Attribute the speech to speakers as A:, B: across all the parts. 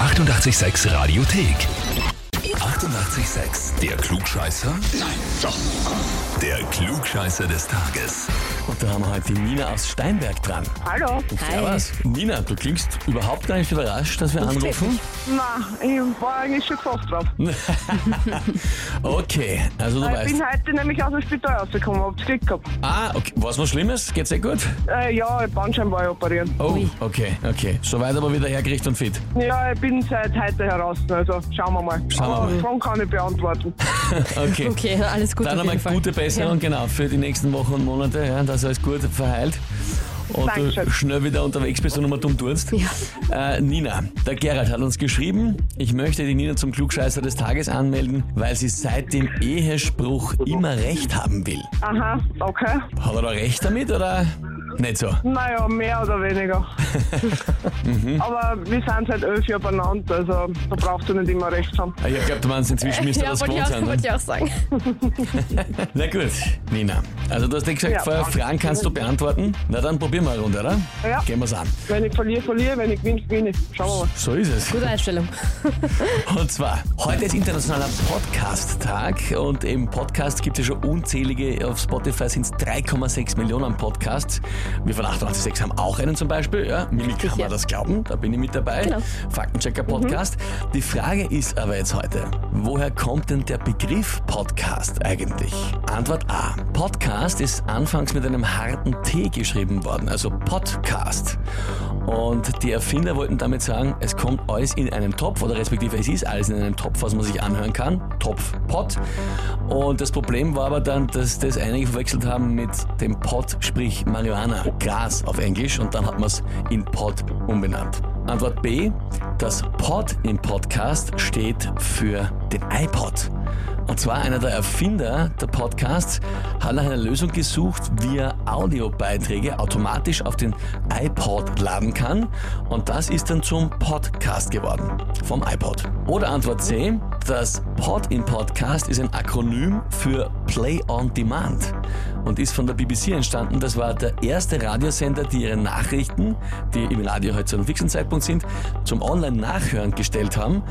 A: 886 Radiothek. 88,6. Der Klugscheißer? Nein, doch. Der Klugscheißer des Tages.
B: Und da haben wir halt die Nina aus Steinberg dran.
C: Hallo.
B: Hi. Nina, du klingst überhaupt gar nicht überrascht, dass wir anrufen.
C: Na, ich war eigentlich schon gefasst drauf. Äh,
B: Okay, also du
C: ich
B: weißt.
C: bin heute nämlich aus dem Spital rausgekommen, hab's Glück gehabt.
B: Ah, okay. War's was Schlimmes? Geht's dir gut?
C: Äh, ja, ich Bandschein war ich operieren.
B: Oh, okay, okay. Soweit aber wieder hergerichtet und fit.
C: Ja, ich bin seit heute heraus, also schauen wir mal.
B: Schauen wir
C: Aber
B: mal.
C: Fragen kann ich beantworten.
B: Okay.
D: Okay, alles gut.
B: Dann
D: auf jeden
B: einmal
D: Fall.
B: gute Besserung, genau, für die nächsten Wochen und Monate, ja, dass alles gut verheilt. Und du
C: Dankeschön.
B: schnell wieder unterwegs bist und nochmal dumm durst. Äh, Nina, der Gerald hat uns geschrieben, ich möchte die Nina zum Klugscheißer des Tages anmelden, weil sie seit dem Ehespruch immer Recht haben will.
C: Aha, okay.
B: Hat er da Recht damit oder nicht so? Ah,
C: Naja, mehr oder weniger.
B: Mhm.
C: Aber wir sind seit elf Jahren beieinander, also da brauchst du nicht immer recht haben.
B: Ah, Ich glaube, du meinst, inzwischen müsste
D: Ja,
B: das
D: wollte ich,
B: gewohnt
D: auch,
B: sein.
D: wollte
B: ne?
D: ich auch sagen.
B: Na gut, Nina. Also du hast eh gesagt,
C: Ja,
B: vorher
C: danke.
B: Fragen kannst du beantworten. Na dann probieren wir eine Runde, oder?
C: Ja.
B: Gehen wir's an.
C: Wenn ich verliere, verliere, wenn ich gewinne, gewinne. Schauen wir mal.
B: So ist es.
D: Gute Einstellung.
B: Und zwar, heute ist internationaler Podcast-Tag und im Podcast gibt es schon unzählige, auf Spotify sind es 3,6 Millionen Podcasts. Wir von 886 haben auch einen zum Beispiel, ja, Mimi kann
D: ja.
B: man das glauben, da bin ich mit dabei,
D: Genau.
B: Faktenchecker-Podcast. Die Frage ist aber jetzt heute, woher kommt denn der Begriff Podcast eigentlich? Antwort A. Podcast ist anfangs mit einem harten T geschrieben worden, also Podcast. Und die Erfinder wollten damit sagen, es kommt alles in einen Topf oder respektive es ist alles in einem Topf, was man sich anhören kann. Topfpot. Und das Problem war aber dann, dass das einige verwechselt haben mit dem Pot, sprich Marihuana, Gras auf Englisch und dann hat man es in Pot umbenannt. Antwort B, das Pod im Podcast steht für den iPod. Und zwar einer der Erfinder der Podcasts hat nach einer Lösung gesucht, wie er Audiobeiträge automatisch auf den iPod laden kann. Und das ist dann zum Podcast geworden. Vom iPod. Oder Antwort C. Das Pod im Podcast ist ein Akronym für Play on Demand und ist von der BBC entstanden. Das war der erste Radiosender, die ihre Nachrichten, die im Radio heute zu einem fixen Zeitpunkt sind, zum Online-Nachhören gestellt haben.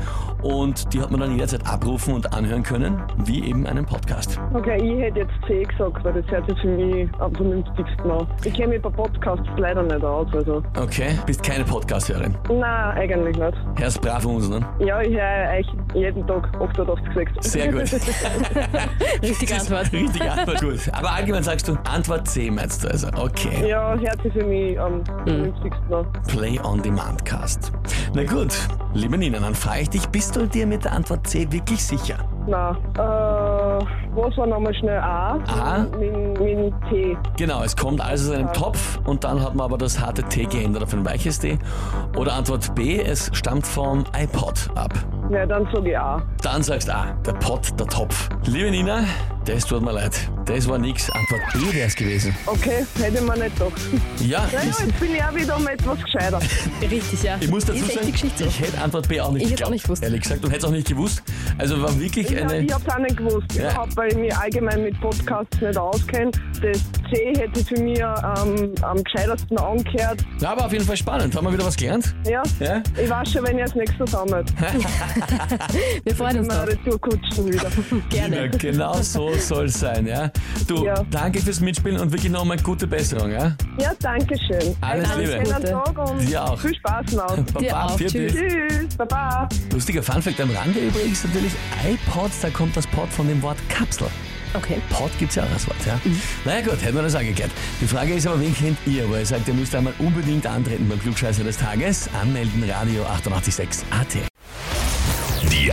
B: Und die hat man dann jederzeit abrufen und anhören können, wie eben einen Podcast.
C: Okay, ich hätte jetzt C gesagt, weil das hört sich für mich am vernünftigsten an. Ich kenne mich bei Podcasts leider nicht aus, also.
B: Okay, bist keine Podcast-Hörerin.
C: Nein, eigentlich nicht.
B: Hörst brav uns, ne?
C: Ja, ich höre euch jeden Tag 88 gesagt.
B: Sehr gut.
D: Richtige Antwort.
B: Richtige Antwort, gut. Aber allgemein sagst du, Antwort C meinst du also. Okay.
C: Ja, hört sich für mich am
B: Hm.
C: vernünftigsten an.
B: Play on Demand Cast. Na gut, liebe Nina, dann frage ich dich, bist du dir mit der Antwort C wirklich sicher?
C: Nein. Äh, was war nochmal schnell A?
B: A?
C: Mit, mit T.
B: Genau, es kommt alles aus einem Topf und dann hat man aber das harte T geändert auf ein weiches T. Oder Antwort B, es stammt vom iPod ab.
C: Ja, dann sage ich A.
B: Dann sagst A, der Pott, der Topf. Liebe Nina, das tut mir leid. Das war nix. Antwort B wäre es gewesen.
C: Okay, hätte man nicht gedacht.
B: Ja,
C: Naja,
B: ich,
C: jetzt bin ich auch wieder um etwas gescheiter.
D: Richtig, ja.
B: ich muss dazu
D: ist echt
B: sagen,
D: die Geschichte.
B: ich hätte Antwort B auch nicht
D: Ich hätt's
B: geglaubt,
D: auch nicht gewusst.
B: Ehrlich gesagt, und hätte es auch nicht gewusst. Also war wirklich
C: Ich, hab-
B: eine...
C: ich hab's auch nicht gewusst.
B: Ja.
C: Überhaupt, weil ich mich allgemein mit Podcasts nicht auskenne. Das C hätte für mich ähm, am gescheitersten angehört.
B: Na, aber auf jeden Fall spannend. Haben wir wieder was gelernt?
C: Ja.
B: Ja?
C: Ich weiß schon, wenn ihr das nächste sammelt.
D: Wir freuen uns
C: Meine
D: drauf.
C: Retourkutschen wieder.
B: Ja,
D: Gerne.
B: genau so soll es sein, ja. Du,
C: Ja.
B: danke fürs Mitspielen und wirklich nochmal gute Besserung, ja.
C: Ja, danke schön.
B: Alles Liebe.
C: Schönen
D: Gute.
C: Tag und
B: Dir auch.
C: viel Spaß noch.
D: Dir auch.
B: für
D: Tschüss.
B: dich.
C: Tschüss, Baba.
B: Lustiger Funfact am Rande übrigens natürlich iPods, da kommt das Pod von dem Wort Kapsel.
D: Okay.
B: Pod gibt's ja auch als Wort, ja.
D: Mhm.
B: Naja gut, hätten wir das angeklärt. Die Frage ist aber, wen kennt ihr? Weil ihr sagt, ihr müsst einmal unbedingt antreten beim Klugscheißer des Tages. Anmelden, Radio 886 AT.
A: Die